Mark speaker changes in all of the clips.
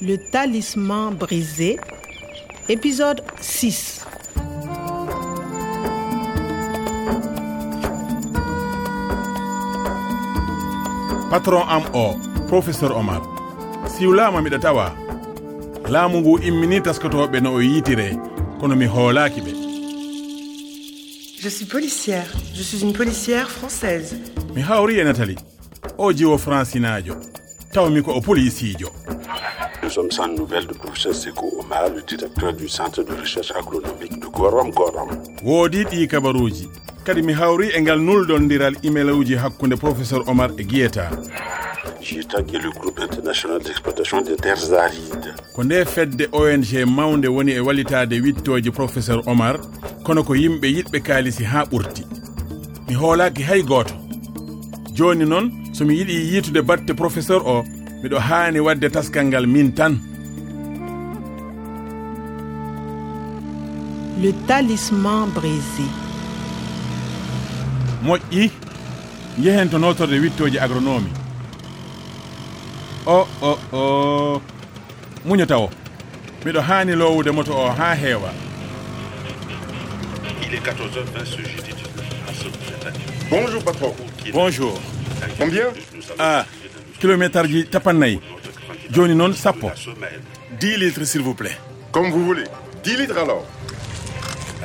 Speaker 1: Le talisman brisé, épisode 6.
Speaker 2: patron am o professeur omar siwlama miɗa tawa laamu ngu immini taskotoɓe no o yiitire kono mi hoolaki ɓe
Speaker 3: Je suis policière. Je suis une policière française.
Speaker 2: mi hawri e natali o jiwo francinajo tawmi ko o policijo
Speaker 4: Nous sommes sans nouvelles du professeur Sekou Omar, le directeur du centre de recherche agronomique de Gorom Gorom.
Speaker 2: woodi ɗi kabaruji kadi mi hawri e ngal nuldondiral email uji hakkunde professeur omar e guiyeta
Speaker 4: JITAC est le groupe international d'exploitation des terres arides.
Speaker 2: ko nde fedde ong mawde woni e wallitade wittoji professeur omar kono ko yimɓe yiɗɓe kaalisi ha ɓurti mi hoolaki hay gooto joni noon somi yiɗi yiitude batte professeur o miɗo haani wadde taskal ngal min tan
Speaker 1: Le talisman brisé.
Speaker 2: moƴƴi jehen to notorde wittoji agronomi o o o muñata o miɗo haani lowude moto o ha heewa
Speaker 4: Il est 14h20 ce jeudi 19 mars. Vous êtes à
Speaker 5: Bonjour patron.
Speaker 2: bonjour
Speaker 5: Combien
Speaker 2: a kilométre ji tapannayyi joni noon sappo 10 litres s'il vous plaît
Speaker 5: Comme vous voulez. 10 litres alors.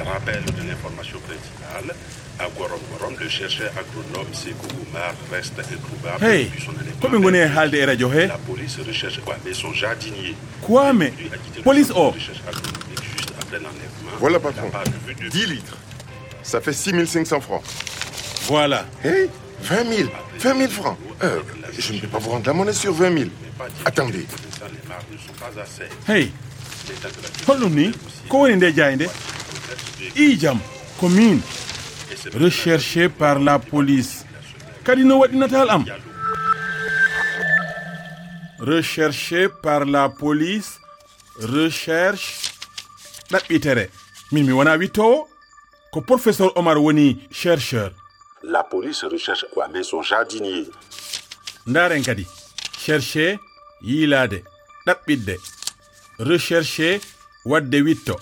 Speaker 4: Rappel de l'information principale. À Gorom Gorom, le chercheur agronome Sekou Omar reste introuvable
Speaker 2: hey
Speaker 4: depuis son
Speaker 2: koɓe
Speaker 4: indépendance.
Speaker 2: goni e haalde e radio he
Speaker 4: La police recherche Kwame, son jardinier.
Speaker 2: Kwame,
Speaker 4: Lui a quitté
Speaker 2: Oh, police
Speaker 4: le
Speaker 2: oh. o.
Speaker 4: centre de recherche agronomique juste après l'enlèvement.
Speaker 5: Voilà
Speaker 4: Il
Speaker 5: patron.
Speaker 4: n'a pas revu de-
Speaker 5: 10 litres. Ça fait 6500 francs. Eh,
Speaker 2: voilà
Speaker 5: Hé 20 000. 20 000 francs. Euh, je ne peux pas vous rendre la monnaie sur 20 000. Attendez.
Speaker 4: Pour l'instant, les marques ne sont pas à sec.
Speaker 2: hey
Speaker 4: Les températures
Speaker 2: holɗum ni ko woni nde jaynde ijam ko min recherché par la police kadi no waɗi natal am recherché par la police recherche ɗaɓɓitere min mi wona wittowo ko professeur omar woni chercheur
Speaker 4: La police recherche Kwame, son jardinier.
Speaker 2: ndaren kadi cherché yiilade ɗaɓɓidde recherché wadde witto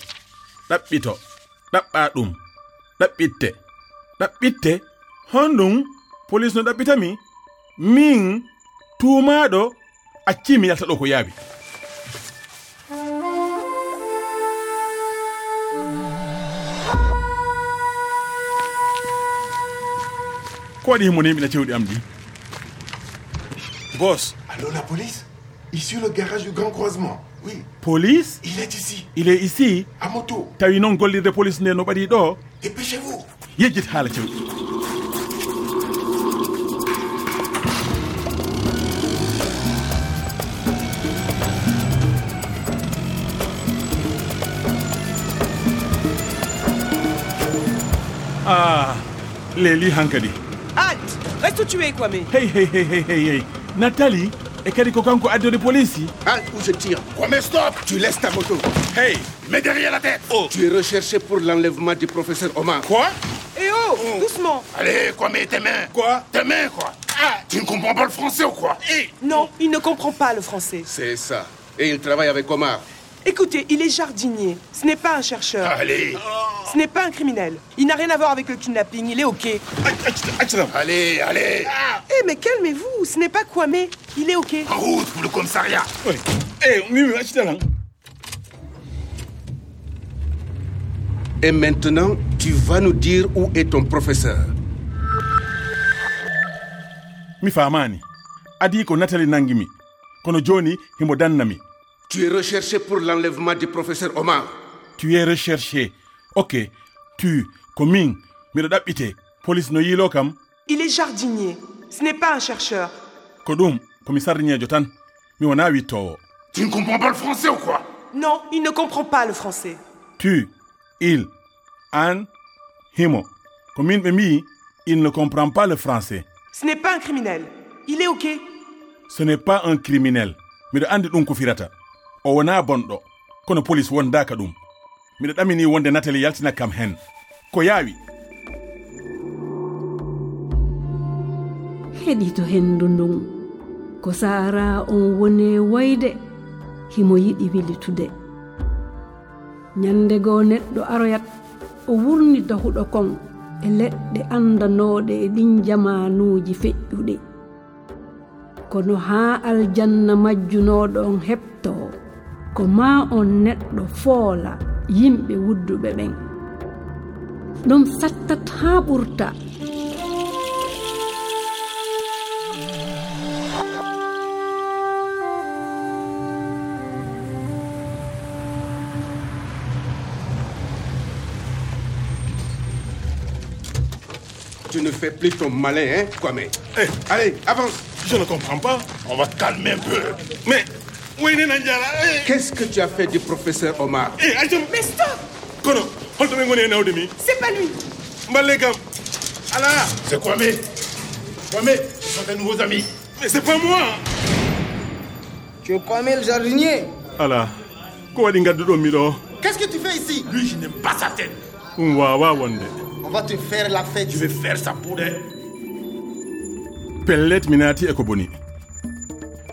Speaker 2: ɗaɓɓito ɗaɓɓa ɗum ɗaɓɓitte ɗaɓɓitte honɗum police no ɗaɓɓitami min tuumaɗo accimi yalta ɗo ko yaawi ko waɗi himo ni mbiɗa cewɗi am ɗi boss
Speaker 5: Allô la police Ici le garage du Grand Croisement. Oui,
Speaker 2: police
Speaker 5: il est ici,
Speaker 2: il est ici
Speaker 5: à moto.
Speaker 2: tawi noon gollirde police nde no ɓaɗi ɗo
Speaker 5: Dépêchez-vous.
Speaker 2: yejjit haala cewɗi ah leeli hankadi
Speaker 6: Hâte Reste où tu es, Kwame
Speaker 2: hey hey hey hey hey hey natali e kadi ko kanko addode police
Speaker 7: Halte ou je tire.
Speaker 8: Kwame, stop
Speaker 7: Tu laisses ta moto.
Speaker 2: hey
Speaker 8: Mets derrière la tête Oh
Speaker 7: Tu es recherché pour l'enlèvement du professeur Omar.
Speaker 2: quoi
Speaker 6: Eh oh, Doucement
Speaker 8: Allez, Kwame, tes mains
Speaker 2: Quoi
Speaker 8: Tes mains, quoi Ah Tu ne comprends pas le français ou quoi Hé
Speaker 6: Non, il ne comprend pas le français.
Speaker 7: C'est ça. Et il travaille avec Omar.
Speaker 6: Écoutez, il est jardinier. Ce n'est pas un chercheur.
Speaker 8: Allez
Speaker 6: Ce n'est pas un criminel. Il n'a rien à voir avec le kidnapping. Il est OK. Eh,
Speaker 8: Allez, allez
Speaker 6: mais calmez-vous. Ce n'est pas Kwame. Il est OK.
Speaker 8: En route pour le commissariat
Speaker 2: Oy, eh mimi accitalan
Speaker 7: Et maintenant, tu vas nous dire où est ton professeur.
Speaker 2: mi famani adi ko natali nangimi kono joni himo dannami
Speaker 7: Tu es recherché pour l'enlèvement du professeur Omar.
Speaker 2: tu es recherché ok tu ko min miɗo ɗaɓɓite police no yiilo kam
Speaker 6: Il est jardinier. Ce n'est pas un chercheur.
Speaker 2: ko ɗum komi sardiñejo tan mi wona wittowo
Speaker 8: Tu ne comprends pas le français ou quoi
Speaker 6: Non, il ne comprend pas le français.
Speaker 2: tu il an himo ko min ɓe mbi il ne comprend pas le français
Speaker 6: Ce n'est pas un criminel. Il est OK.
Speaker 2: ce n'est pas un criminel miɗo andi ɗum ko firata o wona bonɗo kono police wondaka ɗum miɗo ɗamini wonde natali yaltina kam hen ko yaawi
Speaker 9: heɗi to hendu ndun ko sara on woni woyde himo yiɗi wilitude nyande goo neɗɗo aroyat o wurni dahuɗo kon e leɗɗe andanooɗe e ɗin jamanuuji feƴƴuɗe kono haa aljanna majjunooɗo on heɓtoo ko maa on neɗɗo foola yimɓe wudduɓe ɓen ɗum sattat haa ɓurta
Speaker 7: Tu ne fais plus ton malin, hein, Kwame.
Speaker 8: Eh,
Speaker 7: Allez, avance.
Speaker 8: je ne comprends pas. On va te calmer un peu. Mais, oui, Nina Ndiala, eh,
Speaker 7: Qu'est-ce que tu as fait du professeur Omar
Speaker 8: eh, Acham.
Speaker 6: Mais stop
Speaker 8: Kono, holto ɓe ngoni e nawde mi
Speaker 6: C'est pas lui
Speaker 8: mballe kam ala c'est Kwame Kwame ce sont tes nouveaux amis mais c'est pas moi
Speaker 10: Tu es Kwame le jardinier
Speaker 2: ala ko waɗi gadduɗonmi ɗo
Speaker 10: Qu'est-ce que tu fais ici
Speaker 8: lui je n'aime pas sa tête
Speaker 2: ɗum wawa wonde
Speaker 10: On va te faire la fête.
Speaker 8: je vais faire sa poudre
Speaker 2: pellet mi naati eko boni